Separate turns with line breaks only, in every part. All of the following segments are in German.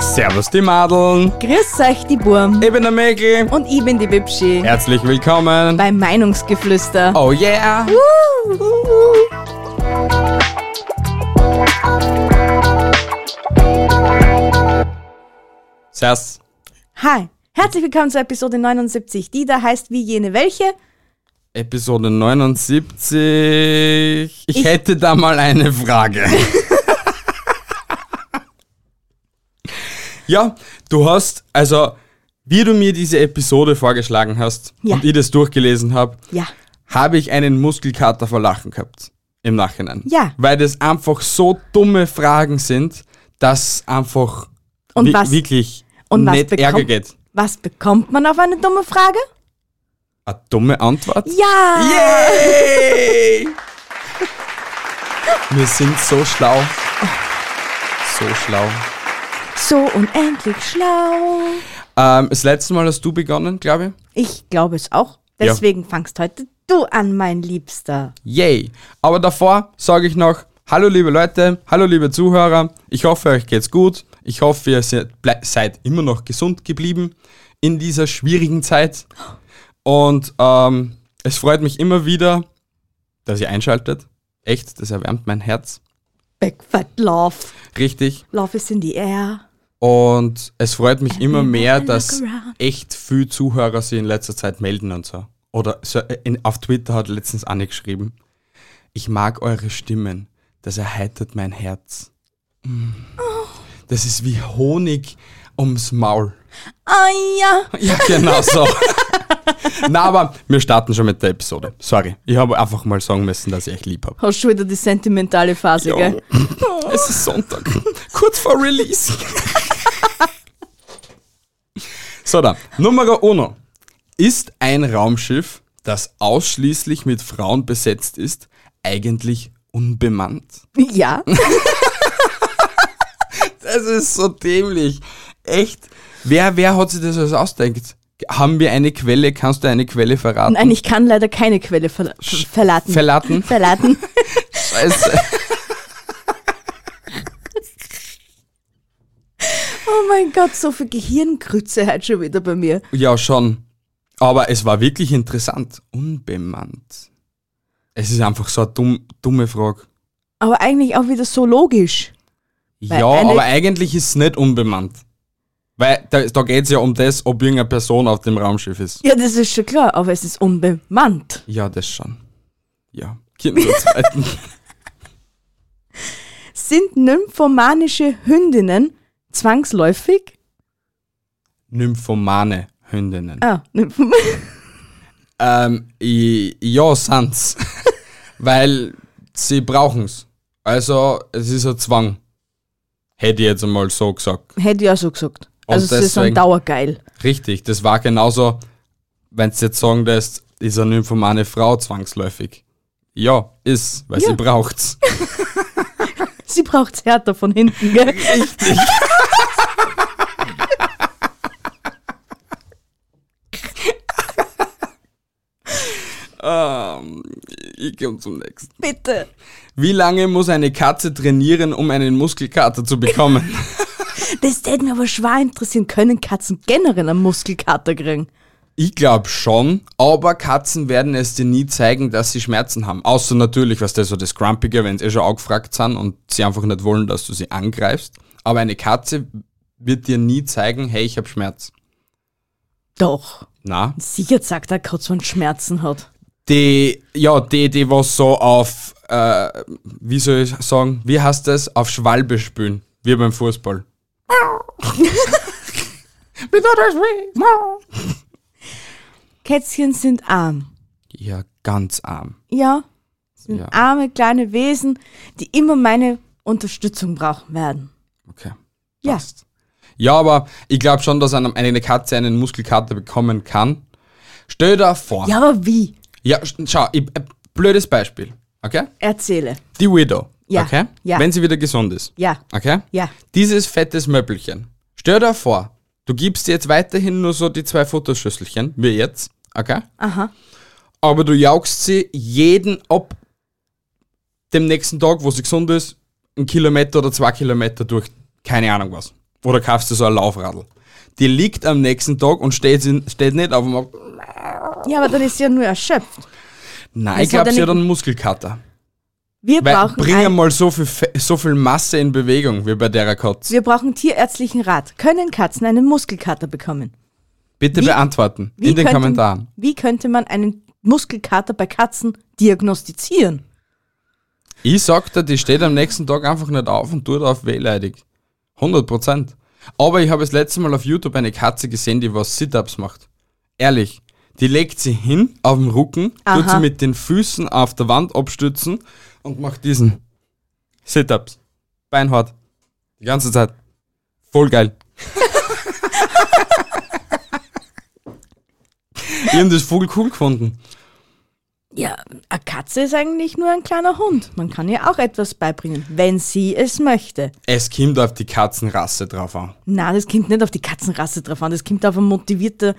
Servus die Madeln.
Grüß euch, die Burm.
Ich bin der Mäkel.
Und ich bin die Bibschi.
Herzlich willkommen.
Bei Meinungsgeflüster.
Oh yeah. Servus.
Hi. Herzlich willkommen zur Episode 79. Die da heißt wie jene welche.
Episode 79. Ich,
Ich-
hätte da mal eine Frage. ja, du hast, also, wie du mir diese Episode vorgeschlagen hast
Ja.
und ich das durchgelesen habe,
Ja.
habe ich einen Muskelkater vor Lachen gehabt. Im Nachhinein.
Ja.
Weil das einfach so dumme Fragen sind, dass einfach
Und
wi-
was-
wirklich
und was
nicht
bekommt-
Ärger geht.
Was bekommt man auf eine dumme Frage?
Eine dumme Antwort?
Ja.
Yay! Wir sind so schlau. So schlau.
So unendlich schlau.
Ähm, das letzte Mal hast du begonnen, glaube
Ich glaube es auch.
Ja.
Deswegen fangst heute du an, mein Liebster.
ich. Yay! Aber davor sage ich noch, hallo liebe Leute, hallo liebe Zuhörer. Ich hoffe, euch geht's gut. Ich hoffe, ihr se- ble- seid immer noch gesund geblieben in dieser schwierigen Zeit. Und ähm, es freut mich immer wieder, dass ihr einschaltet. Echt, das erwärmt mein Herz.
Backfat Love.
Richtig.
Love is in the air.
Und es freut mich immer mehr,
look
dass
around.
echt viel Zuhörer sich in letzter Zeit melden und so. Oder so, äh, in, auf Twitter hat letztens Anne geschrieben, ich mag eure Stimmen, das erheitert mein Herz. Mm. Das ist wie Honig ums Maul.
Oh ja.
Ja, genau so. Na, aber wir starten schon mit der Episode. Sorry, ich habe einfach mal sagen müssen, dass ich euch lieb habe.
Hast schon wieder die sentimentale Phase,
Ja.
gell?
Es ist Sonntag. Kurz vor Release. so, da. Nummer uno. Ist ein Raumschiff, das ausschließlich mit Frauen besetzt ist, eigentlich unbemannt?
Ja.
Das ist so dämlich. Echt? Wer, wer hat sich das alles ausdenkt? Haben wir eine Quelle? Kannst du eine Quelle verraten?
Nein, ich kann leider keine Quelle verla verlaten.
Verlaten?
verlaten.
Scheiße.
Oh mein Gott, so viel Gehirngrütze halt schon wieder bei mir.
Ja, schon. Aber es war wirklich interessant. Unbemannt. Es ist einfach so eine dumm, dumme Frage.
Aber eigentlich auch wieder so logisch. Weil
ja,
eine-
aber eigentlich ist es nicht unbemannt. Weil da, da geht es ja um das, ob irgendeine Person auf dem Raumschiff ist.
Ja, das ist schon klar, aber es ist unbemannt.
Ja, das schon. Ja. Kinder zur zweiten.
Sind nymphomanische Hündinnen zwangsläufig?
Nymphomane Hündinnen.
Ah, Nymphom
Ähm, i- ja, sind's. Weil sie brauchen's. Also, es ist ein Zwang. Hätte ich jetzt einmal so gesagt.
hätte ich auch so gesagt. Also es ist so ein
deswegen-
Dauergeil.
Richtig, das war genauso, wenn du jetzt sagen lässt, ist eine nymphomane Frau zwangsläufig. Ja, ist, weil sie braucht's.
Sie braucht's härter von hinten, gell?
Richtig. ähm, ich komme zum nächsten.
Bitte.
Wie lange muss eine Katze trainieren, um einen Muskelkater zu bekommen?
Das hätte mich aber schwer interessieren. Können Katzen generell einen Muskelkater kriegen?
Ich glaube schon, aber Katzen werden es dir nie zeigen, dass sie Schmerzen haben. Außer natürlich, was der so das Grumpige, wenn sie eh schon angefragt sind und sie einfach nicht wollen, dass du sie angreifst. Aber eine Katze wird dir nie zeigen, hey, ich habe Schmerz.
Doch.
Na,
Sicher sagt er kurz, wenn Schmerzen hat.
die, ja, die, die was so auf, äh, wie soll ich sagen, wie heißt das, auf Schwalbe spülen, wie beim Fußball.
Kätzchen sind arm.
Ja, ganz arm.
Ja, sind
Ja.
arme kleine Wesen, die immer meine Unterstützung brauchen werden.
Okay.
Ja.
Passt. Ja, aber ich glaube schon, dass einem- eine Katze einen Muskelkater bekommen kann. Stell dir vor.
Ja, aber wie?
Ja, sch- schau, ich, ein blödes Beispiel. Okay?
Erzähle.
Die Widow.
Ja,
Okay?
ja.
Wenn sie wieder gesund ist.
Ja,
Okay?
ja.
Dieses fettes Möbelchen. Stell dir vor, du gibst dir jetzt weiterhin nur so die zwei Futterschüsselchen, wie jetzt. Okay?
Aha.
Aber du jagst sie jeden ab dem nächsten Tag, wo sie gesund ist, einen Kilometer oder zwei Kilometer durch. Keine Ahnung was. oder kaufst du so ein Laufradl. Die liegt am nächsten Tag und steht, in, steht nicht auf dem Markt.
Ja, aber dann ist sie ja nur erschöpft.
Nein,
Das
ich glaube,
hat
sie
er
hat
nicht-
einen Muskelkater.
Wir
Weil
brauchen,
bring
ein,
einmal so viel, Fe- so viel Masse in Bewegung wie bei der Katze.
wir brauchen tierärztlichen Rat. Können Katzen einen Muskelkater bekommen?
Bitte
Wie-
beantworten in den
könnte,
Kommentaren.
Wie könnte man einen Muskelkater bei Katzen diagnostizieren?
Ich sag dir, die steht am nächsten Tag einfach nicht auf und tut auf wehleidig. 100 Prozent. Aber ich habe das letzte Mal auf YouTube eine Katze gesehen, die was Sit-Ups macht. Ehrlich. Die legt sie hin auf dem Rücken, tut
Aha.
sie mit den Füßen auf der Wand abstützen und macht diesen Sit-Ups. Beinhart. Die ganze Zeit. Voll geil. ich habe das voll cool gefunden.
Ja, eine Katze ist eigentlich nur ein kleiner Hund. Man kann ihr auch etwas beibringen, wenn sie es möchte.
Es kommt auf die Katzenrasse drauf an.
Na, das kommt nicht auf die Katzenrasse drauf an, das kommt auf einen motivierten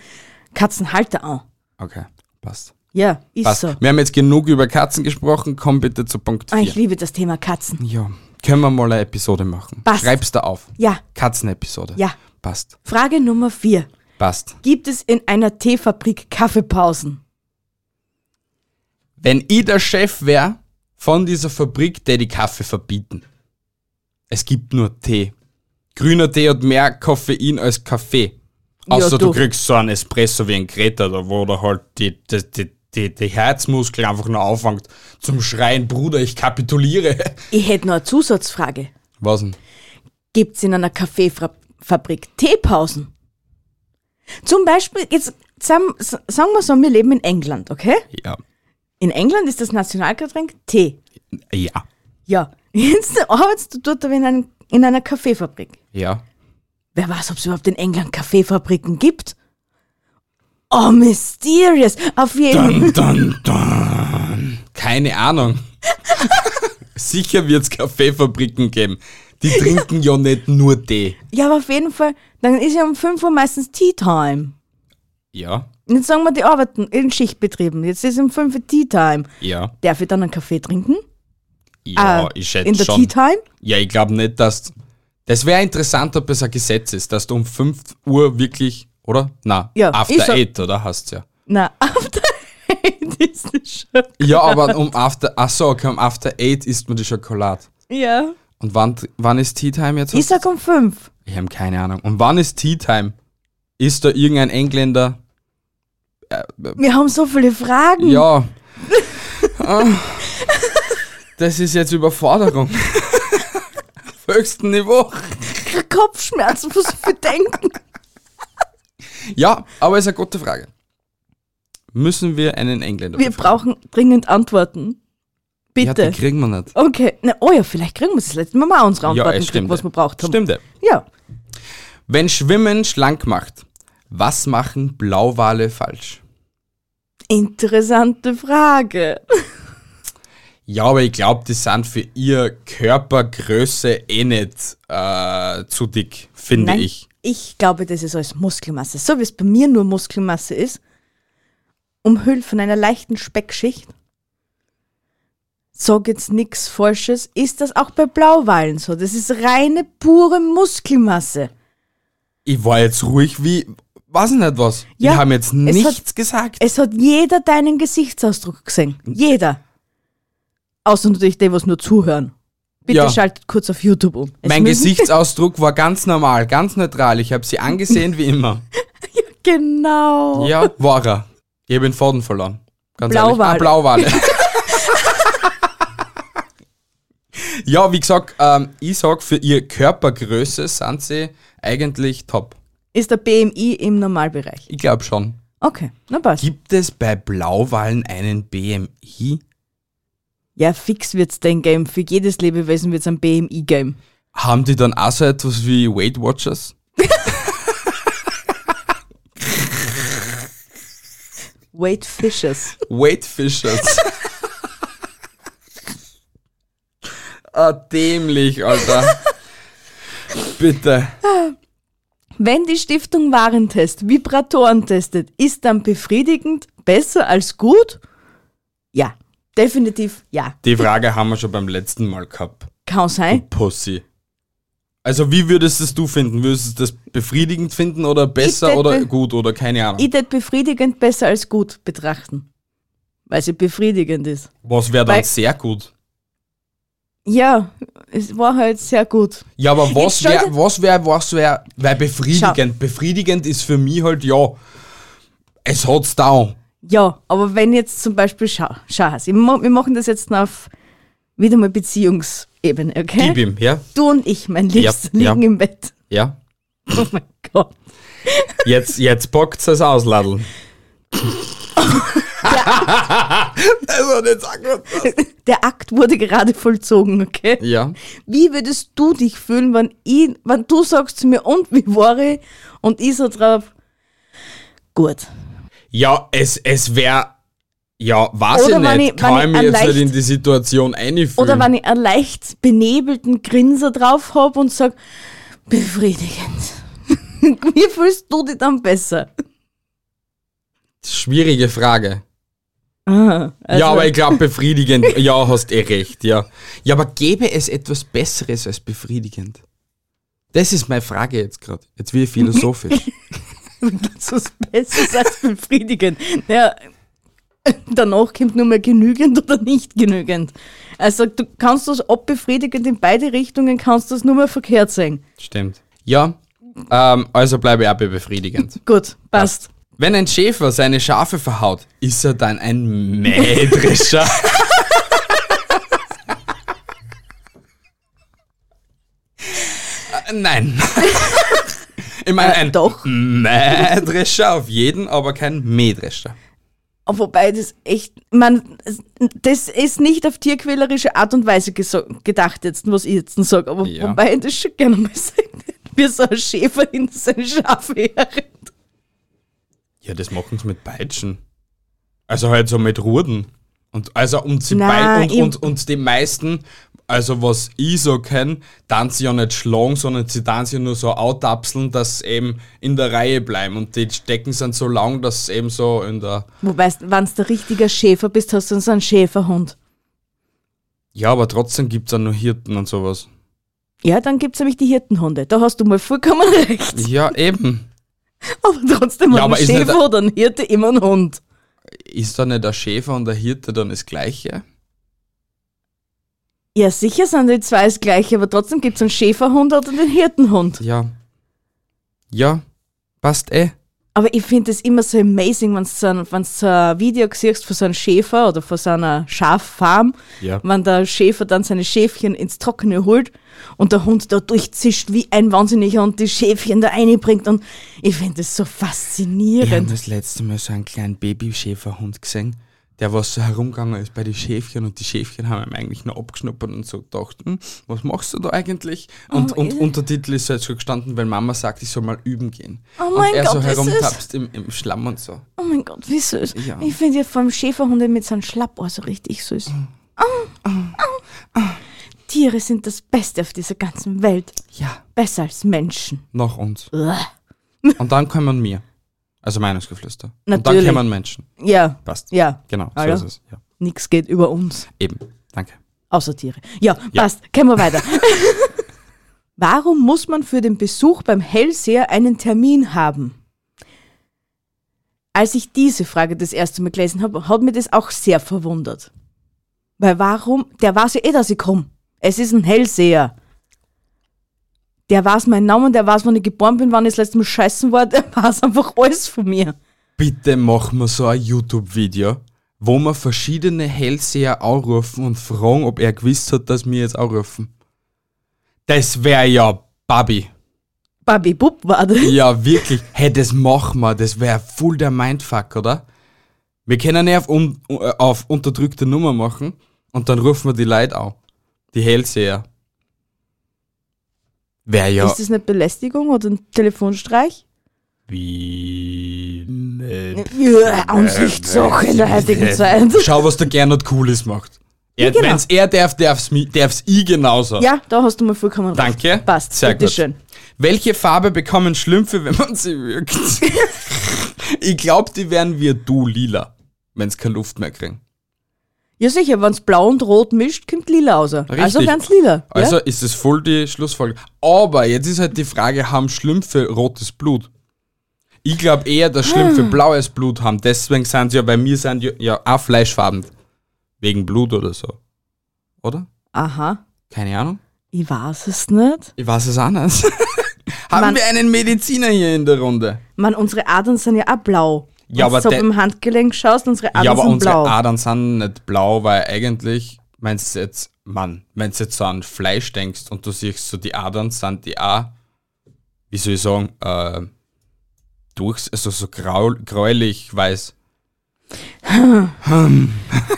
Katzenhalter an.
Okay, passt.
Ja, ist
Passt.
so.
Wir haben jetzt genug über Katzen gesprochen. Komm bitte zu Punkt
Ah, ich
4.
liebe das Thema Katzen.
Ja, können wir mal eine Episode machen.
Passt.
Schreib's da auf.
Ja,
Katzenepisode.
Ja.
Passt.
Frage Nummer 4.
Passt.
Gibt es in einer Teefabrik Kaffeepausen?
Wenn ich der Chef wäre von dieser Fabrik, der die Kaffee verbieten. Es gibt nur Tee. Grüner Tee hat mehr Koffein als Kaffee.
Ja,
Außer du.
du.
kriegst so einen Espresso wie ein Kreta, da wo da halt die, die, die, die, die Herzmuskeln einfach nur anfängt zum Schreien, Bruder, ich kapituliere.
Ich hätte noch eine Zusatzfrage.
Was denn?
Gibt es in einer Kaffeefabrik Teepausen? Zum Beispiel, jetzt sam- s- sagen wir so, wir leben in England, okay?
Ja.
In England ist das Nationalgetränk Tee.
Ja.
Ja. Jetzt arbeitest du dort aber in, einem, in einer Kaffeefabrik.
Ja.
Wer weiß, ob es überhaupt in England Kaffeefabriken gibt? Oh, mysterious. Auf jeden Fall.
Dun, dun, dun. Keine Ahnung. Sicher wird es Kaffeefabriken geben. Die trinken ja nicht nur Tee.
Ja, aber auf jeden Fall. Dann ist ja um 5 Uhr meistens Tea Time.
Ja,
Und jetzt sagen wir, die arbeiten in Schichtbetrieben. Jetzt ist um 5 Uhr Tea Time.
ja,
Darf ich dann einen Kaffee trinken?
ja,
Ah,
ich
In
schätze
der
schon.
Tea Time?
Ja, ich glaube nicht, dass. Das wäre interessant, ob es ein Gesetz ist, dass du um 5 Uhr wirklich, oder? Na,
Ja, ich
After
sag-
Eight, oder? Hast ja.
Na, After Eight ist das schon.
Ja, aber um After. Achso, okay, um After Eight isst man die Schokolade.
Ja.
Und wann, wann ist Tea Time jetzt?
Ich sag um 5.
Ich habe keine Ahnung. Und wann ist Tea Time? Ist da irgendein Engländer?
Wir haben so viele Fragen.
Äh, Ja. Ah. das ist jetzt Überforderung. Auf höchstem Niveau.
Kopfschmerzen, was wir denken.
Ja, aber ist eine gute Frage. Müssen wir einen Engländer
Wir
befragen?
brauchen dringend Antworten.
Ja,
Bitte.
die kriegen wir nicht.
okay. Na, oh ja, vielleicht kriegen wir das letzte Mal mal unsere
Ja,
Antworten,
es
gekriegt,
stimmt.
was wir braucht haben.
Stimmt.
Ja.
Wenn Schwimmen schlank macht, was machen Blauwale falsch?
Interessante Frage.
Ja, aber ich glaube, die sind für ihr Körpergröße eh nicht äh, zu dick, finde ich.
ich glaube, das ist alles Muskelmasse. So wie es bei mir nur Muskelmasse ist, umhüllt von einer leichten Speckschicht. Sag jetzt nichts Falsches. Ist das auch bei Blauwalen so? Das ist reine, pure Muskelmasse.
Ich war jetzt ruhig wie, weiß ich nicht was.
Ja,
Wir haben jetzt
es hat-
nichts gesagt.
Es hat jeder deinen Gesichtsausdruck gesehen. Jeder. Außer natürlich die, was nur zuhören. Bitte
Ja.
schaltet kurz auf YouTube um. Es
mein
müssen-
Gesichtsausdruck war ganz normal, ganz neutral. Ich habe sie angesehen wie immer.
Genau.
Ja, war er. Ich habe den Faden verloren. Ganz ehrlich.
Blauwale.
Ah, Blauwale. ja, wie gesagt, ähm, ich sag für ihre Körpergröße sind sie eigentlich top.
Ist der BMI im Normalbereich?
Ich glaube schon.
Okay, na passt.
Gibt es bei Blauwalen einen BMI?
Ja, fix wird's den Game. Für jedes Lebewesen wird's ein BMI Game.
Haben die dann auch so etwas wie Weight Watchers?
Weight Fishes.
Weight Fishers. ah, dämlich, Alter. Bitte.
Wenn die Stiftung Warentest Vibratoren testet, ist dann befriedigend besser als gut? Ja, definitiv ja.
Die Frage haben wir schon beim letzten Mal gehabt.
Kann sein.
Pussy. Also wie würdest es du finden? Würdest du das befriedigend finden oder besser
Ich
oder
denke-
gut oder keine Ahnung?
Ich tät befriedigend besser als gut betrachten. Weil sie befriedigend ist.
Was wäre dann
Weil-
sehr gut?
Ja, es war halt sehr gut.
Ja, aber was
Jetzt stell
wäre,
dir-
was wäre, was wäre, weil befriedigend, befriedigend ist für mich halt, ja, es hat's da.
Ja, aber wenn jetzt zum Beispiel, schau, schau ich ma- wir machen das jetzt noch auf wieder mal Beziehungsebene,
Gib
okay?
ihm, ja?
Du und ich, mein Liebst,
ja.
liegen im Bett.
Ja.
Oh mein Gott.
Jetzt, jetzt packt's das Ausladeln. das war nicht so gut.
Der Akt wurde gerade vollzogen, okay?
Ja.
Wie würdest du dich fühlen, wenn, ich, wenn du sagst zu mir, und wie war ich? Und ich so drauf, gut.
Ja, es, es wäre. Ja, weiß
Oder
ich
wenn
nicht.
ich- wenn
Kann ich
ich
mich
ein
jetzt nicht
leicht-
in die Situation einfühlen.
Oder wenn ich einen leicht benebelten Grinser drauf habe und sag, befriedigend. wie fühlst du dich dann besser?
Schwierige Frage.
Aha, also-
ja, aber ich glaube befriedigend. ja, hast eh recht, ja. Ja, aber gäbe es etwas Besseres als befriedigend? Das ist meine Frage jetzt gerade. Jetzt wie philosophisch.
so Besseres als befriedigend. Ja, danach kommt nur mehr genügend oder nicht genügend. Also du kannst das abbefriedigend in beide Richtungen, kannst das nur mehr verkehrt sehen.
Stimmt. Ja, ähm, also bleibe ich auch bei befriedigend.
Gut, passt.
Wenn ein Schäfer seine Schafe verhaut, ist er dann ein mähdrescher. Äh, Nein. Ich meine,
Äh,
ein
doch.
Mähdrescher auf jeden, aber kein Mähdrescher.
Aber Wobei das echt, man, das ist nicht auf tierquälerische Art und Weise gesa- gedacht jetzt, was ich jetzt sage, aber
Ja.
wobei ich das schon gerne mal sage, wie so ein Schäfer hinter seine Schafe herrennt.
Ja, das machen sie mit Peitschen. Also halt so mit Ruden. Und also und sie bei
Nein,
und,
ich-
und, und die meisten, also was ich so kenne, dann sie ja nicht schlagen, sondern sie dann sie nur so autapseln, dass sie eben in der Reihe bleiben. Und die Stecken sind so lang, dass sie eben so in der.
Wobei, wenn du der richtige Schäfer bist, hast du dann so einen Schäferhund.
Ja, aber trotzdem gibt's dann nur Hirten und sowas.
Ja, dann gibt's nämlich die Hirtenhunde. Da hast du mal vollkommen recht.
Ja, eben.
Aber trotzdem
Ja,
hat
aber
ein
ist nicht
Schäfer oder ein Hirte immer ein Hund.
Ist da nicht der Schäfer und der Hirte dann das Gleiche?
Ja, sicher sind die zwei das gleiche, aber trotzdem gibt's einen Schäferhund oder den Hirtenhund.
Ja. Ja, passt eh.
Aber ich finde es immer so amazing, wenn du so, ein- wenn's so ein Video siehst von so einem Schäfer oder von so einer Schaffarm,
Ja.
wenn der Schäfer dann seine Schäfchen ins Trockene holt und der Hund da durchzischt wie ein Wahnsinniger und die Schäfchen da reinbringt und ich finde das so
Wir haben
faszinierend.
das letzte Mal so einen kleinen Babyschäferhund gesehen, der was so herumgegangen ist bei den Schäfchen und die Schäfchen haben ihm eigentlich nur abgeschnuppert und so gedacht, hm, was machst du da eigentlich? Und,
Oh,
und
eh.
Untertitel ist halt so gestanden, weil Mama sagt, ich soll mal üben gehen.
Oh
und
mein
er so
Gott, das ist-
herumtapst im, im Schlamm und so.
Oh mein Gott, wie süß.
Ja.
Ich finde ja vom Schäferhund mit seinem Schlappohr so richtig süß. Ah, ah, ah. Tiere sind das Beste auf dieser ganzen Welt.
Ja,
Besser als Menschen.
nach uns.
Uah.
Und dann kommen wir. Also Meinungsgeflüster. Und
Natürlich.
dann kommen Menschen.
Ja, Ah,
Passt.
ja,
Genau,
Hallo?
so ist es. Ja.
nichts geht über uns.
Eben. Danke.
Außer Tiere. Ja,
Ja.
passt. Können wir weiter. Warum muss man für den Besuch beim Hellseher einen Termin haben? Als ich diese Frage das erste Mal gelesen habe, hat mir das auch sehr verwundert. Weil warum? Der weiß ja eh, dass ich komme. Es ist ein Hellseher. Der weiß meinen Namen, der weiß, wann ich geboren bin, wann ich das letzte Mal scheißen war, der weiß einfach alles von mir.
bitte machen wir so ein YouTube-Video, wo wir verschiedene Hellseher anrufen und fragen, ob er gewusst hat, dass wir jetzt anrufen. Das wäre ja Babi.
Babi Bub war das.
Ja, wirklich. Hey, das machen wir. Das wäre voll der Mindfuck, oder? Wir können ja auf, un äh, auf unterdrückte Nummer machen und dann rufen wir die Leute an. Die Hellseher. Wäre ja.
Ist das nicht Belästigung oder ein Telefonstreich?
Wie. ne-
Ja, Ansichtssache
äh,
in der heutigen Zeit.
Schau, was der Gernot Cooles macht. Er,
Ja, genau.
Also, Wenn's er darf, darf's, mi- darf's ich genauso.
Ja, da hast du mal vollkommen recht.
äh, Danke.
Passt.
Sehr gut.
Bitteschön.
Welche Farbe bekommen Schlümpfe, wenn man sie wirkt? ich glaube, die werden wir du lila, wenn's keine Luft mehr kriegen.
Ja sicher, wenn es blau und rot mischt, kommt lila raus. Also
Richtig.
ganz lila.
Also
ja?
ist es voll die Schlussfolgerung. Aber jetzt ist halt die Frage, haben Schlümpfe rotes Blut? Ich glaube eher, dass
Ah.
Schlümpfe blaues Blut haben. Deswegen sind sie ja bei mir sind ja, ja auch fleischfarben. Wegen Blut oder so. Oder?
Aha,
Keine Ahnung.
ich weiß es nicht.
Ich weiß es anders. haben
Man-
wir einen Mediziner hier in der Runde?
Man, unsere Adern sind ja auch blau.
Ja,
Wenn
aber
du so
der-
im Handgelenk schaust, unsere Adern
ja, aber
sind
unsere
blau.
Adern sind nicht blau, weil eigentlich, meinst du jetzt, Mann, wenn du jetzt so an Fleisch denkst und du siehst so, die Adern sind die auch, wie soll ich sagen, äh, durchs, also so grau, gräulich weiß. Hm.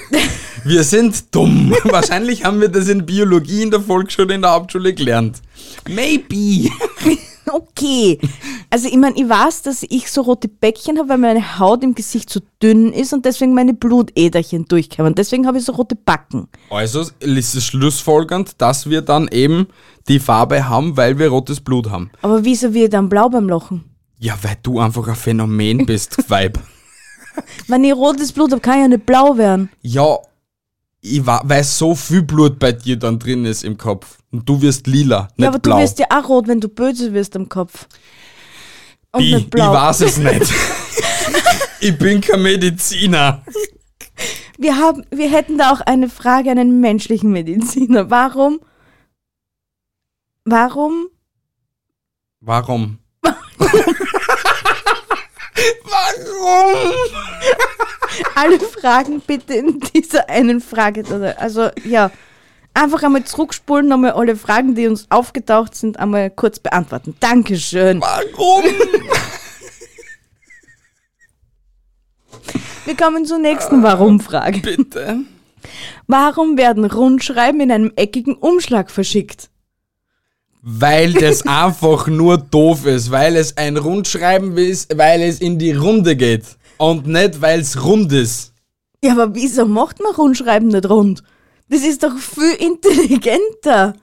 wir sind dumm. Wahrscheinlich haben wir das in Biologie in der Volksschule, in der Hauptschule gelernt. Maybe.
Okay. Also ich meine, ich weiß, dass ich so rote Bäckchen habe, weil meine Haut im Gesicht so dünn ist und deswegen meine Blutäderchen durchkommen. Deswegen habe ich so rote Backen.
Also ist es schlussfolgernd, dass wir dann eben die Farbe haben, weil wir rotes Blut haben.
Aber wieso wir dann blau beim Lochen?
Ja, weil du einfach ein Phänomen bist, Weib.
Wenn ich rotes Blut habe, kann ich ja nicht blau werden.
Ja, ich wa- weil so viel Blut bei dir dann drin ist im Kopf. Und du wirst lila, nicht
ja, aber
blau.
du wirst ja auch rot, wenn du böse wirst am Kopf. Und
ich,
nicht blau.
ich weiß es nicht. ich bin kein Mediziner.
Wir, haben, wir hätten da auch eine Frage an einen menschlichen Mediziner. Warum? Warum?
Warum? Warum?
Alle Fragen bitte in dieser einen Frage. oder- Also ja, einfach einmal zurückspulen, nochmal alle Fragen, die uns aufgetaucht sind, einmal kurz beantworten. Dankeschön.
Warum?
Wir kommen zur nächsten Warum-Frage.
Bitte.
Warum werden Rundschreiben in einem eckigen Umschlag verschickt?
Weil das einfach nur doof ist, weil es ein Rundschreiben ist, weil es in die Runde geht. Und nicht, weil es rund ist.
Ja, aber wieso macht man Rundschreiben nicht rund? Das ist doch viel intelligenter.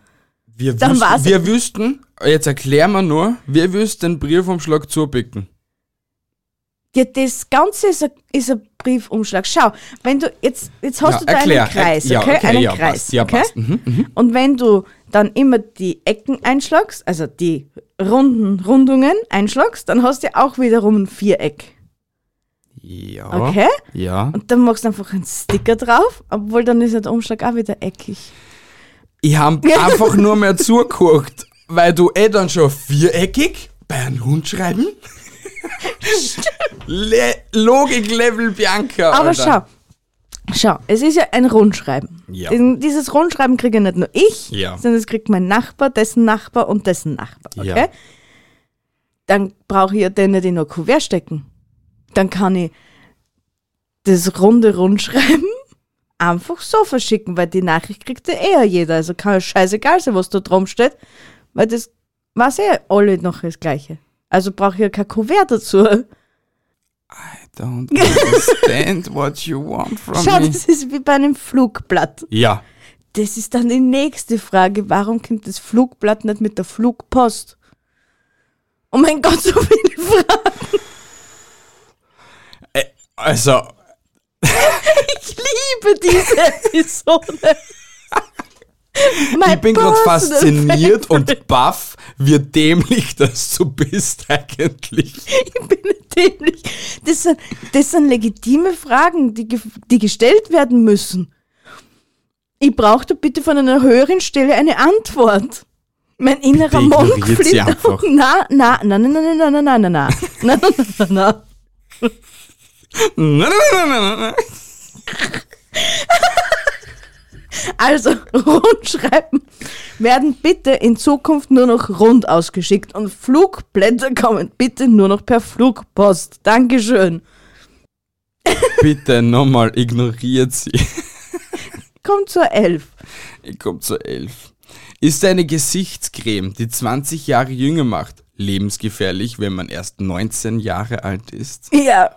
Wir,
Dann war's-
wüssten, wir wüssten, jetzt erklären wir nur, wir wüssten den Briefumschlag zupicken.
Ja, das Ganze ist ein, ist ein Briefumschlag. Schau, wenn du jetzt, jetzt hast
Ja,
du da
erklär,
einen Kreis,
er- ja,
okay?
okay,
einen
ja,
Kreis,
passt, ja,
okay?
passt. Mhm,
Und wenn du dann immer die Ecken einschlagst, also die runden Rundungen einschlagst, dann hast du auch wiederum ein Viereck,
Ja.
okay?
Ja.
Und dann machst du einfach einen Sticker drauf, obwohl dann ist ja der Umschlag auch wieder eckig.
Ich hab einfach nur mehr zugeguckt, weil du eh dann schon viereckig bei einem Hund schreiben. Le Logik-Level Bianca.
Aber
Alter.
schau, schau, es ist ja ein Rundschreiben.
Ja.
Denn Dieses Rundschreiben kriege ja nicht nur ich,
Ja.
sondern es kriegt mein Nachbar, dessen Nachbar und dessen Nachbar. Okay?
Ja.
Dann brauche ich ja den nicht in ein Kuvert stecken. Dann kann ich das runde Rundschreiben einfach so verschicken, weil die Nachricht kriegt ja eher jeder. Also kann es scheißegal sein, was da drum steht, weil das weiß eh alle noch das Gleiche. Also brauche ich ja kein Kuvert dazu.
I don't understand what you want from
Schau,
me.
das ist wie bei einem Flugblatt.
Ja.
Das ist dann die nächste Frage. Warum kommt das Flugblatt nicht mit der Flugpost? Oh mein Gott, so viele Fragen.
Also,
Ich liebe diese Episode.
ich bin gerade fasziniert und baff, wie dämlich das du bist eigentlich.
Ich bin nicht dämlich. Das sind, das sind legitime Fragen, die, ge- die gestellt werden müssen. Ich brauchte bitte von einer höheren Stelle eine Antwort. Mein innerer
Bitte
Monk
ignoriert sie
flippt
einfach.
auf. Na, na, na, na, na, na, na, na, na, na, na, na, na, na.
Na, na, na, na, na, na.
Also, Rundschreiben werden bitte in Zukunft nur noch rund ausgeschickt und Flugblätter kommen bitte nur noch per Flugpost. Dankeschön.
Bitte nochmal, ignoriert sie.
Kommt zur 11.
Ich komme zur 11. Ist eine Gesichtscreme, die 20 Jahre jünger macht, lebensgefährlich, wenn man erst 19 Jahre alt ist?
Ja.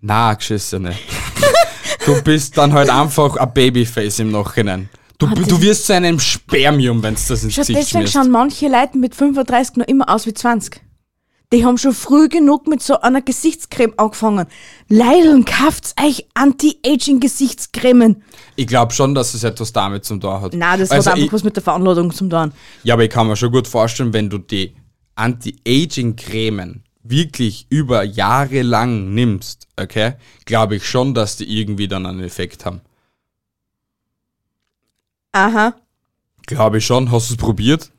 Na, geschissene. Du bist dann halt einfach ein Babyface im Nachhinein.
Ah,
Du, du wirst zu einem Spermium, wenn du das ins
Schau,
Gesicht
deswegen
schmierst.
schauen manche Leute mit 35 noch immer aus wie 20. Die haben schon früh genug mit so einer Gesichtscreme angefangen. Leideln, kauft's euch Anti-Aging-Gesichtscremen.
Ich glaube schon, dass es etwas damit zum Tor hat.
Na, das
Also
hat einfach
ich,
was mit der Veranladung zu tun.
Ja, aber ich kann mir schon gut vorstellen, wenn du die Anti-Aging-Cremen wirklich über Jahre lang nimmst, okay, glaube ich schon, dass die irgendwie dann einen Effekt haben.
Aha.
Glaube ich schon. Hast du es probiert?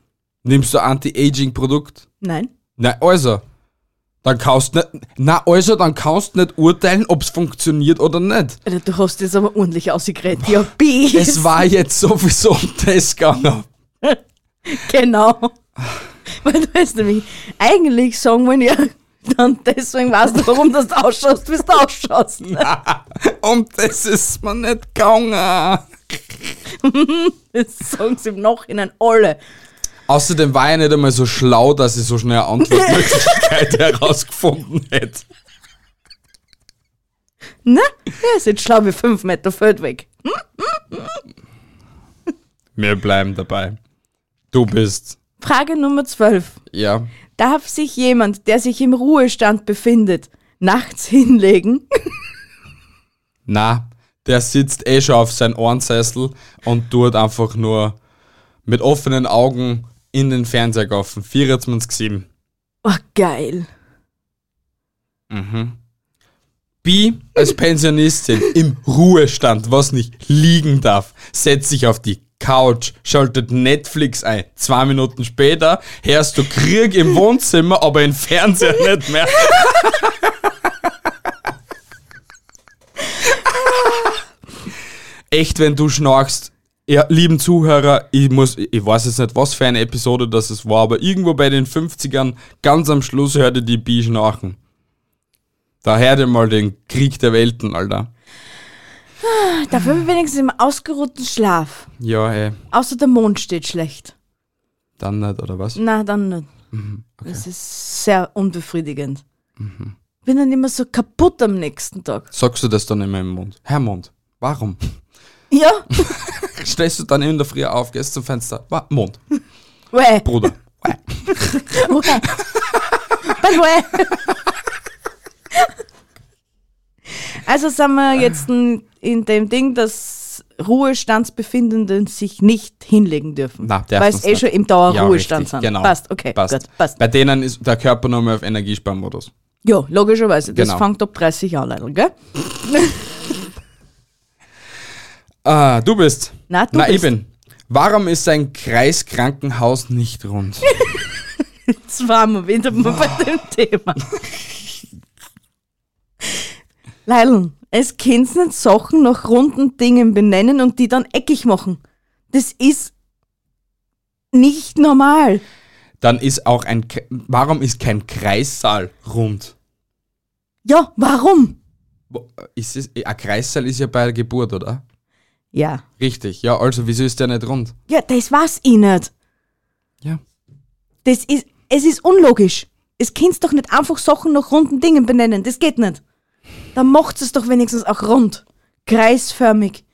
Nimmst du Anti-Aging-Produkt?
Nein.
Na, also. Dann kannst nicht, na, also, dann kannst nicht urteilen, ob es funktioniert oder nicht.
Alter, Du hast das aber ordentlich ausgeredet. Ja, bis.
Es war jetzt sowieso um das gegangen.
Genau. Weil du hast nämlich eigentlich sagen wollen, ja, dann deswegen weißt du, warum das du ausschaust, wie du ausschaust.
Um das ist mir nicht gegangen.
Das sagen sie im Nachhinein alle.
Außerdem war ich nicht einmal so schlau, dass ich so schnell eine Antwortmöglichkeit herausgefunden hätte.
Ne? Ja, ist jetzt schlau wie fünf Meter Feld weg.
Wir bleiben dabei. Du bist,
Frage Nummer 12.
ja,
Darf sich jemand, der sich im Ruhestand befindet, nachts hinlegen?
na, der sitzt eh schon auf seinem Ohrensessel und tut einfach nur mit offenen Augen in den Fernseher kaufen. 24-7.
Oh, geil.
Bi als Pensionistin im Ruhestand, was nicht liegen darf, setzt sich auf die Couch, schaltet Netflix ein. Zwei Minuten später hörst du Krieg im Wohnzimmer, aber im Fernseher nicht mehr. Echt, wenn du schnarchst, ja, lieben Zuhörer, ich muss, ich weiß jetzt nicht, was für eine Episode das es war, aber irgendwo bei den 50ern, ganz am Schluss hörte die Bi schnarchen. Da hör dir mal den Krieg der Welten, Alter.
Dafür bin ich wenigstens im ausgeruhten Schlaf.
Ja, ey.
Außer der Mond steht schlecht.
Dann nicht, oder was?
Na, dann nicht.
Mhm,
Das ist sehr unbefriedigend. Bin dann immer so kaputt am nächsten Tag.
Sagst du das dann immer im Mund? Herr Mond, warum?
Ja,
Stehst du dann in der Früh auf, gehst zum Fenster. Wa- Mond,
weh,
Bruder.
weh. But weh. Also sind wir jetzt in, in dem Ding, dass Ruhestandsbefindenden sich nicht hinlegen dürfen.
Na, darf
weil es
uns
eh
nicht.
schon im
Ja,
Dauerruhestand
richtig,
sind.
Genau.
Passt, okay,
passt.
gut, passt.
Bei denen ist der Körper nochmal auf Energiesparmodus.
Ja, logischerweise. Das
Genau.
fängt ab 30 Jahre an, gell?
Ah, du bist.
Na, du
Na,
bist.
ich bin. Warum ist ein Kreiskrankenhaus nicht rund?
Jetzt waren wir wieder mal bei dem Thema. Leilen, es kannst nicht Sachen nach runden Dingen benennen und die dann eckig machen. Das ist nicht normal.
Dann ist auch ein. K Warum ist kein Kreissaal rund?
Ja, warum?
Wo- äh, Ist es, ein Kreissaal ist ja bei der Geburt, oder?
Ja.
Richtig, ja, also wieso ist der nicht rund?
Ja, das weiß ich nicht.
Ja.
Das ist, es ist unlogisch. Es kannst doch nicht einfach Sachen nach runden Dingen benennen. Das geht nicht. Dann macht es doch wenigstens auch rund. Kreisförmig.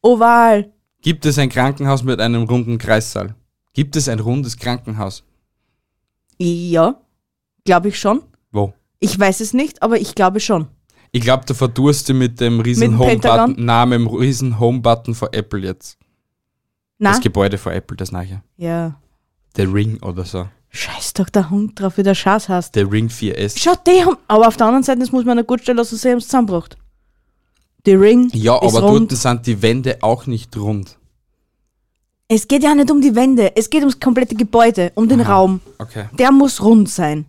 Oval.
Gibt es ein Krankenhaus mit einem runden Kreissaal? Gibt es ein rundes Krankenhaus?
Ja, glaube ich schon.
Wo?
Ich weiß es nicht, aber ich glaube schon.
Ich glaube, du verdurst dich mit dem riesen
Mit dem
Home-Button.
Pentagon?
Nein, mit dem riesen Home-Button von Apple jetzt.
Na?
Das Gebäude von Apple, das nachher.
Ja.
Der Ring oder so.
Scheiß doch der Hund drauf, wie der Scheiß hast.
Der Ring 4S.
Schau, die haben. Aber auf der anderen Seite, das muss man noch gut stellen, lassen, sie haben es zusammengebracht. Die Ring.
Ja,
ist
aber
rund.
dort sind die Wände auch nicht rund.
Es geht ja nicht um die Wände, es geht ums komplette Gebäude, um den Raum.
Okay.
Der muss rund sein.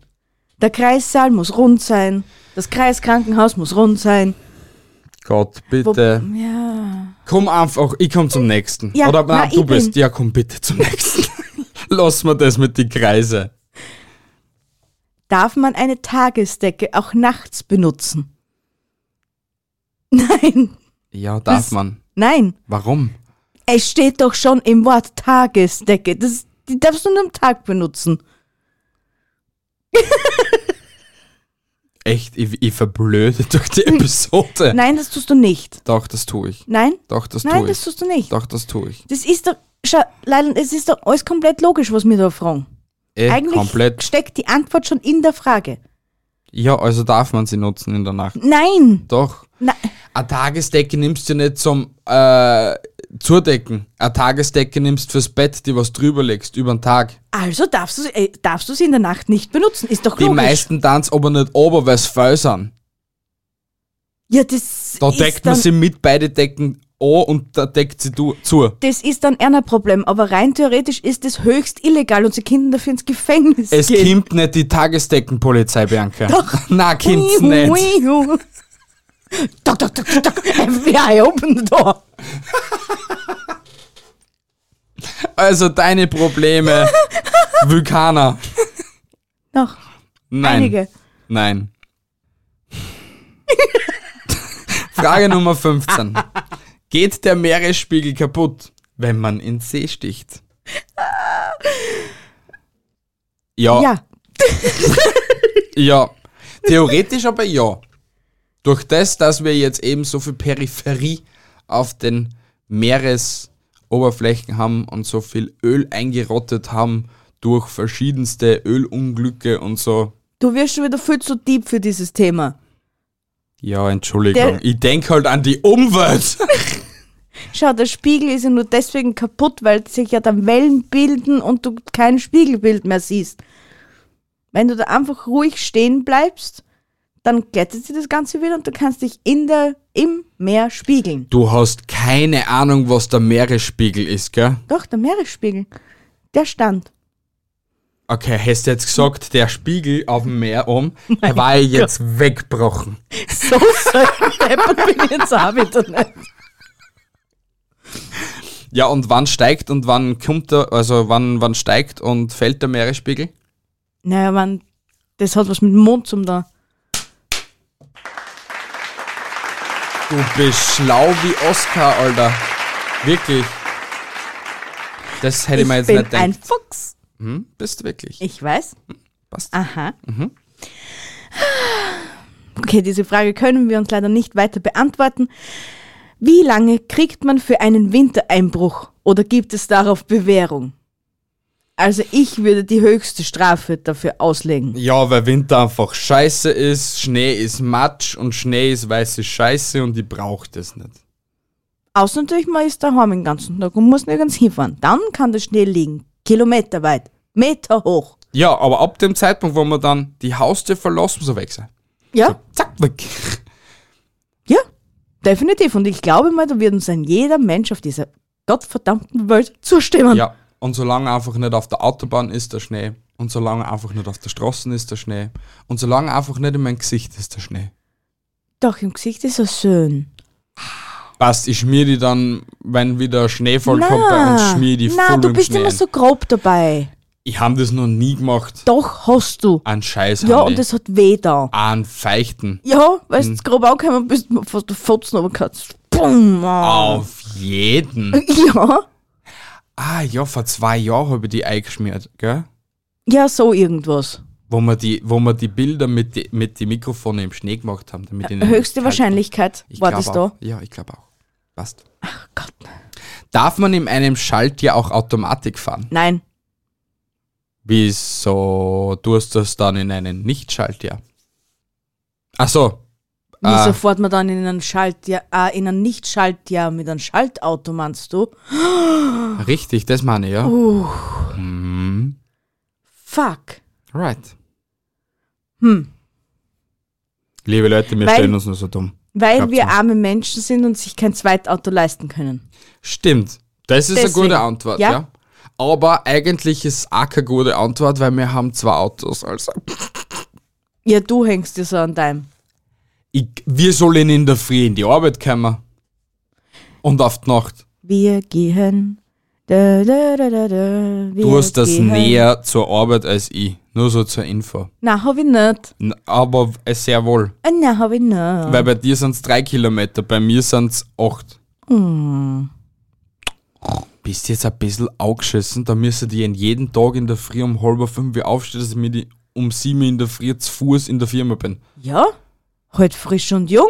Der Kreissaal muss rund sein. Das Kreiskrankenhaus muss rund sein.
Gott,
Wo-
bitte.
Ja.
Komm einfach, ich komm zum nächsten.
Ja,
oder nein,
nein,
du
ich bin-
bist. Ja, komm bitte zum nächsten. Lass mir das mit die Kreise.
Darf man eine Tagesdecke auch nachts benutzen? Nein,
Ja, darf
Das-
man.
nein.
Warum?
Es steht doch schon im Wort Tagesdecke. Das, die darfst du nur am Tag benutzen.
Echt, ich, ich verblöde durch die Episode.
Nein, das tust du nicht.
Doch, das tue ich.
Nein?
Doch, das
Nein,
tue
das
ich.
tust du nicht.
Doch, das tue ich.
Das ist doch, schau, Leila, es ist doch alles komplett logisch, was wir da fragen.
eh
Eigentlich
komplett.
steckt die Antwort schon in der Frage.
Ja, also darf man sie nutzen in der Nacht.
Nein!
Doch.
Na,
Eine Tagesdecke nimmst du nicht zum äh, Zudecken. Eine Tagesdecke nimmst fürs Bett, die was drüber legst, über den Tag.
also darfst du, äh, darfst du sie in der Nacht nicht benutzen, ist doch
Die
logisch.
meisten tanzen aber nicht ober, weil sie faul sind.
ja, das
Da
ist
deckt
dann,
man sie mit, beide Decken an und da deckt sie du, zu.
Das ist dann eher ein Problem, aber rein theoretisch ist das höchst illegal und sie Kinder dafür ins Gefängnis
Es
gehen.
kommt nicht die Tagesdeckenpolizei, Bianca.
Doch.
Nein, kommt's nicht.
Doc, doc, doc, doc, FBI, open the door.
Also deine Probleme, Vulkaner.
Noch
Nein.
einige.
Nein. Frage Nummer 15. Geht der Meeresspiegel kaputt, wenn man ins See sticht? Ja, ja.
Ja,
Theoretisch aber ja. Durch das, dass wir jetzt eben so viel Peripherie auf den Meeresoberflächen haben und so viel Öl eingerottet haben durch verschiedenste Ölunglücke und so,
du wirst schon wieder viel zu deep für dieses Thema.
Ja, Entschuldigung.
Der-
ich denk halt an die Umwelt.
Schau, der Spiegel ist ja nur deswegen kaputt, weil sich ja dann Wellen bilden und du kein Spiegelbild mehr siehst. Wenn du da einfach ruhig stehen bleibst, dann glättet sich das Ganze wieder und du kannst dich in der, im Meer spiegeln.
Du hast keine Ahnung, was der Meeresspiegel ist, gell?
Doch, der Meeresspiegel, der stand.
Okay, hast jetzt gesagt, der Spiegel auf dem Meer um, da war ich jetzt weggebrochen.
So deppert bin ich jetzt auch wieder nicht.
Ja, und wann steigt und wann kommt der, also wann, wann steigt und fällt der Meeresspiegel?
Naja, man, das hat was mit dem Mond zum da.
Du bist schlau wie Oscar, Alter. Wirklich. Das hätte ich, mir
ich
jetzt
bin
nicht gedacht.
ein Fuchs.
Hm? Bist du wirklich?
Ich weiß.
Passt. Mhm.
Aha. Okay, diese Frage können wir uns leider nicht weiter beantworten. Wie lange kriegt man für einen Wintereinbruch oder gibt es darauf Bewährung? Also ich würde die höchste Strafe dafür auslegen.
Ja, weil Winter einfach scheiße ist, Schnee ist Matsch und Schnee ist weiße Scheiße und ich brauch das nicht.
Außer natürlich, man ist daheim den ganzen Tag und muss nirgends hinfahren. Dann kann der Schnee liegen, kilometerweit, Meter hoch.
Ja, aber ab dem Zeitpunkt, wo wir dann die Haustür verlassen, muss er weg sein.
Ja,
Zack, weg.
ja, definitiv. Und ich glaube mal, da wird uns ein jeder Mensch auf dieser gottverdammten Welt zustimmen.
Ja, und solange einfach nicht auf der Autobahn ist der Schnee und solange einfach nicht auf der Straße ist der Schnee und solange einfach nicht in mein Gesicht ist der Schnee.
Doch, im Gesicht ist er schön.
Passt, ich schmier die dann, wenn wieder Schneefall kommt bei uns, schmier ich die
na
voll
du
mit dem
bist
Schnee
immer
ein.
so grob dabei.
Ich hab das noch nie gemacht.
Doch, hast du.
An Scheiß
Ja,
Andi.
und das hat weh da.
An Feichten.
Ja, weißt
Mhm.
du, grob angekommen bist, fast du Fotzen aber kannst. Bumm! ah.
Auf jeden.
Ja,
Ah ja, vor zwei Jahren habe ich die eingeschmiert, gell?
ja, so irgendwas.
Wo wir die, wo wir die Bilder mit die, mit die Mikrofone im Schnee gemacht haben. Damit die nicht
Höchste
kalt
Wahrscheinlichkeit
werden. Ich
Äh, war
glaub
das
auch.
da.
Ja, ich glaube auch. Passt.
Ach Gott.
Darf man in einem Schaltjahr auch Automatik fahren?
Nein,
Wieso tust du das dann in einem Nicht-Schaltjahr? Ach so.
wieso
Ah.
fährt man dann in ein Schaltjahr, ah, in ein Nicht-Schaltjahr mit einem Schaltauto, meinst du?
Richtig, das meine ich, ja.
Uh,
Mhm.
fuck.
Right.
Hm.
Liebe Leute, wir
Weil-
stellen uns nur so dumm.
Weil
Glaubt's
wir
nicht.
arme Menschen sind und sich kein Zweitauto leisten können.
Stimmt. Das ist
Deswegen.
eine gute Antwort,
Ja.
ja. Aber eigentlich ist es auch keine gute Antwort, weil wir haben zwei Autos. Also
Ja, du hängst dir so an deinem.
ich, wir sollen in der Früh in die Arbeit kommen. Und auf die Nacht.
Wir gehen. Da, da, da, da, da. Wir
Du hast das
gehen.
näher zur Arbeit als ich. Nur so zur Info.
Nein, hab ich nicht.
N- Aber äh, sehr wohl.
Ah, Nein, hab ich nicht.
Weil bei dir sind es drei Kilometer, bei mir sind es acht. Hm. Bist jetzt ein bisschen angeschissen, da müsste ich in jeden Tag in der Früh um halb fünf Uhr aufstehen, dass ich mir die, um sieben Uhr in der Früh zu Fuß in der Firma bin.
Ja, halt frisch und jung.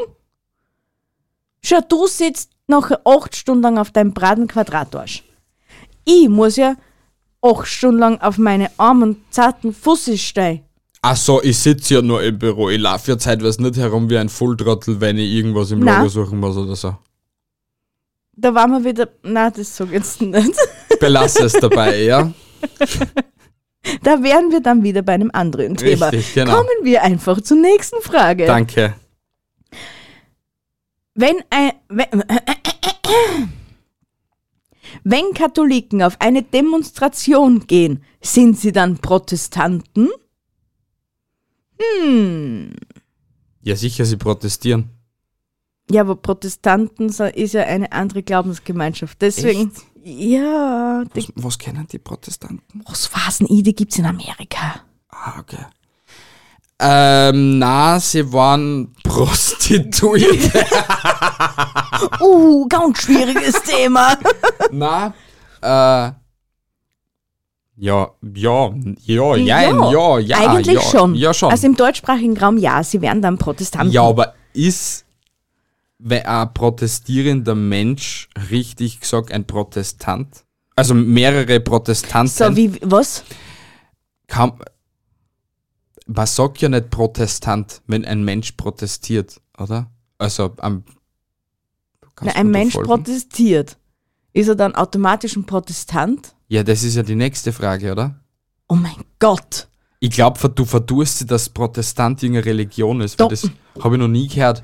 Schau, du sitzt noch acht Stunden lang auf deinem braten Quadratarsch. Ich muss ja acht Stunden lang auf meine armen, zarten Füße stehe.
Ach so, ich sitze ja nur im Büro. Ich laufe ja zeitweise nicht herum wie ein Volltrottel, wenn ich irgendwas im
Na.
Lager suchen muss oder so.
Da waren wir wieder, na, das sag ich jetzt nicht.
Belass es dabei, ja?
Da wären wir dann wieder bei einem anderen Thema.
Richtig, genau.
Kommen wir einfach zur nächsten Frage.
Danke.
Wenn, ein, wenn, wenn Katholiken auf eine Demonstration gehen, sind sie dann Protestanten?
Ja, sicher, sie protestieren.
Ja, aber Protestanten so- ist ja eine andere Glaubensgemeinschaft. Deswegen. Ja, die,
Was, was kennen die Protestanten?
was Phasenide gibt's in Amerika.
Ah, okay. Ähm, na, sie waren Prostituierte.
Uh, ganz schwieriges Thema.
na, äh, ja, ja, ja, jein, ja, ja, ja.
Eigentlich
ja,
schon.
Ja, schon.
Also im deutschsprachigen Raum ja, sie wären dann Protestanten.
Ja, aber ist we- ein protestierender Mensch richtig gesagt ein Protestant? Also mehrere Protestanten.
so wie, was?
kann, man sagt ja nicht Protestant, wenn ein Mensch protestiert, oder? Also am
Na,
kannst du
ein
mir da
Mensch
folgen?
protestiert. Ist er dann automatisch ein Protestant?
Ja, das ist ja die nächste Frage, oder?
Oh mein Gott.
Ich glaube, du verdurst sie, dass Protestant irgendeine Religion ist, weil
Doch.
das habe ich noch nie gehört.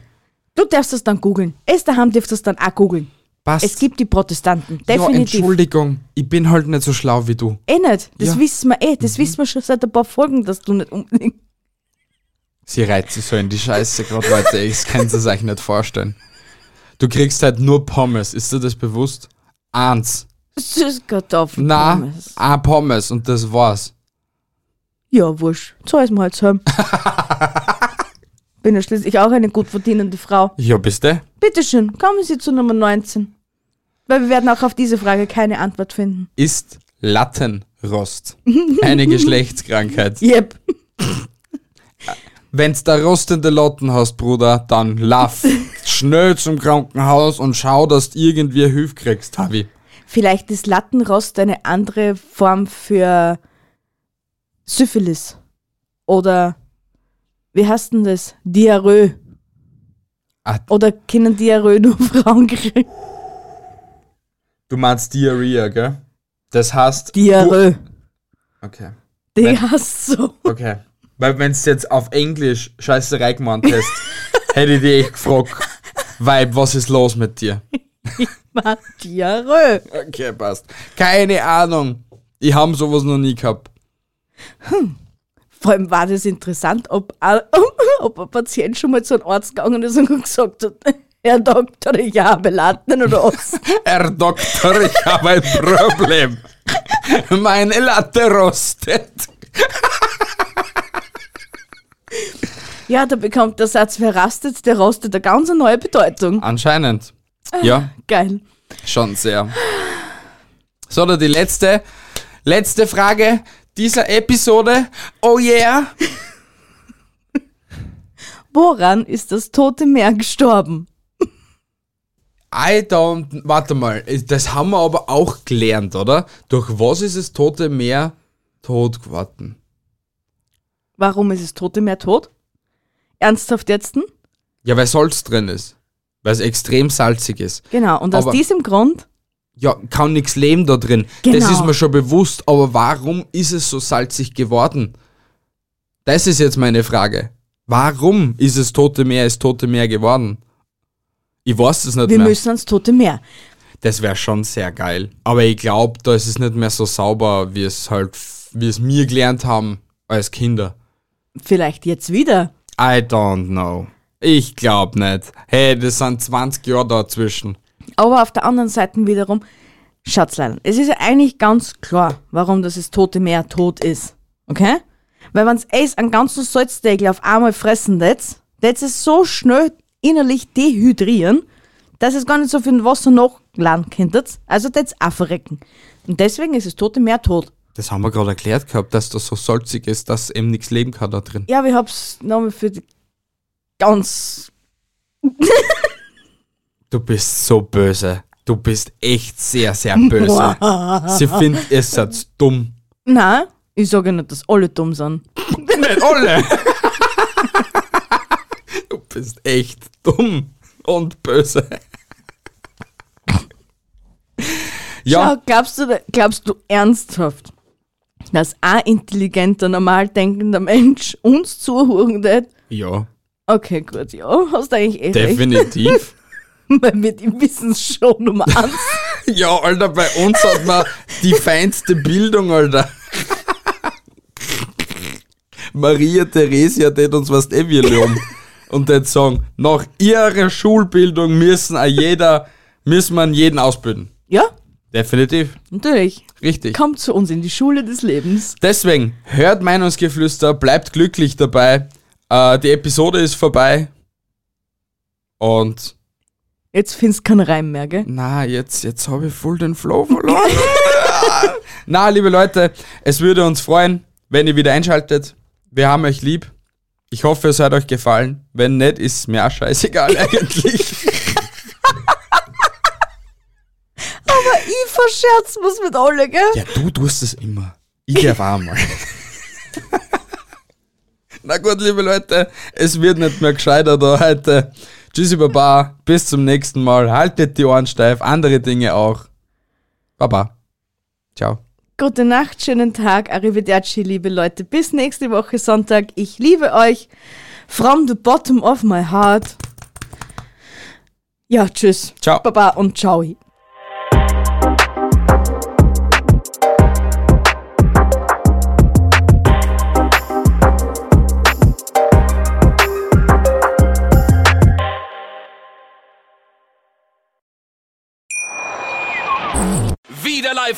Du darfst das dann googeln. Es daheim dürft das dann auch googeln.
Passt.
Es gibt die Protestanten.
ja,
Definitiv.
Entschuldigung, ich bin halt nicht so schlau wie du.
eh nicht. Das
Ja. Mhm.
wissen wir eh. Das wissen wir schon seit ein paar Folgen, dass du nicht unbedingt.
Sie reizen so in die Scheiße gerade, Leute. Ich kann es euch nicht vorstellen. Du kriegst halt nur Pommes. Ist dir das bewusst? Eins.
Süßkartoffeln.
Na,
Pommes.
ein Pommes und das war's.
Ja, wurscht. So ist man halt so. Bin ja schließlich auch eine gut verdienende Frau.
Ja, bist du?
Bitteschön, kommen Sie zu Nummer 19. Weil wir werden auch auf diese Frage keine Antwort finden.
Ist Lattenrost eine Geschlechtskrankheit?
Yep.
Wenn's da rostende Latten hast, Bruder, dann lauf schnell zum Krankenhaus und schau, dass du irgendwie Hilfe kriegst, Tavi.
Vielleicht ist Lattenrost eine andere Form für Syphilis. Oder wie heißt denn das? Diarrhoe.
Ah.
Oder können Diarrhoe nur Frauen kriegen?
Du meinst Diarrhea, gell? Das heißt...
Diarrhoe.
Du- Okay.
Die
Wenn-
hast so.
Okay. Weil wenn es jetzt auf Englisch scheißerei gemacht hättest, hätte ich dich echt gefragt, Weib, was ist los mit dir?
Ma, Diarrhoe.
Okay, passt. Keine Ahnung. Ich habe sowas noch nie gehabt.
Vor allem war das interessant, ob, a- ob ein Patient schon mal zu einem Arzt gegangen ist und gesagt hat, Herr Doktor, ich habe Latten oder was.
Herr Doktor, ich habe ein Problem. Meine Latte rostet.
ja, da bekommt der Satz, wer rastet, der rostet eine ganz neue
Ah.
Bedeutung.
Anscheinend. Ja,
Geil.
schon sehr. So, dann die letzte, letzte Frage dieser Episode. Oh yeah.
Woran ist das Tote Meer gestorben?
I don't. Warte mal, das haben wir aber auch gelernt, oder? Durch was ist das Tote Meer tot geworden?
Warum ist das Tote Meer tot? Ernsthaft jetzt?
Ja, weil Salz drin ist. Weil es extrem salzig ist.
Genau, und
Aber-
aus diesem Grund,
Ja, kann nichts leben da drin. Das
Genau.
ist mir schon bewusst, aber warum ist es so salzig geworden? Das ist jetzt meine Frage. Warum ist es Tote Meer, ist Tote Meer geworden? Ich weiß das nicht
wir
mehr.
müssen ans Tote Meer.
Das wäre schon sehr geil. Aber ich glaube, da ist es nicht mehr so sauber, wie es halt, wie es mir gelernt haben als Kinder.
Vielleicht jetzt wieder.
I don't know. Ich glaube nicht. Hey, das sind 20 Jahre dazwischen.
Aber auf der anderen Seite wiederum, Schatzlein, es ist ja eigentlich ganz klar, warum das das Tote Meer tot ist. Okay? Weil wenn es einen ganzen Salzdeckel auf einmal fressen lässt, lässt es so schnell innerlich dehydrieren, dass es gar nicht so viel Wasser nachladen könnte. Also das auch verrecken. Und deswegen ist das Tote Meer tot.
Das haben wir gerade erklärt gehabt, dass das so salzig ist, dass eben nichts leben kann da drin.
Ja, wir hab's nochmal für die ganz.
Du bist so böse. Du bist echt sehr, sehr böse. Sie findet, ihr seid dumm.
Nein, ich sage ja nicht, dass alle dumm sind.
Nicht alle! Du bist echt dumm und böse. Ja,
Schau, glaubst du, da- glaubst du ernsthaft, dass ein intelligenter, normal denkender Mensch uns zuhören wird?
ja,
Okay, gut, ja, hast eigentlich eh recht.
definitiv.
Weil wir die wissen es schon um eins.
Ja, Alter, bei uns hat man die feinste Bildung, Alter. Maria Theresia tät uns was eh wir loben. Und tät sagen, nach ihrer Schulbildung müssen a jeder, müssen man jeden ausbilden.
ja,
Definitiv.
natürlich.
Richtig.
Kommt zu uns in die Schule des Lebens.
Deswegen, hört Meinungsgeflüster, bleibt glücklich dabei. Äh, die Episode ist vorbei. Und
Jetzt findest du keinen Reim mehr, gell?
Na, jetzt, jetzt habe ich voll den Flow verloren. Na, liebe Leute, es würde uns freuen, wenn ihr wieder einschaltet. Wir haben euch lieb. Ich hoffe, es hat euch gefallen. Wenn nicht, ist mir auch scheißegal eigentlich.
Ich verscherz was mit alle, gell?
ja, du tust es immer. Ich darf auch mal. Na gut, liebe Leute, es wird nicht mehr gescheiter da heute. Tschüssi, Baba. Bis zum nächsten Mal. Haltet die Ohren steif. Andere Dinge auch. Baba. Ciao.
Gute Nacht, schönen Tag, arrivederci, liebe Leute. Bis nächste Woche Sonntag. Ich liebe euch. From the bottom of my heart. Ja, tschüss.
Ciao.
Baba und ciao.
Wieder live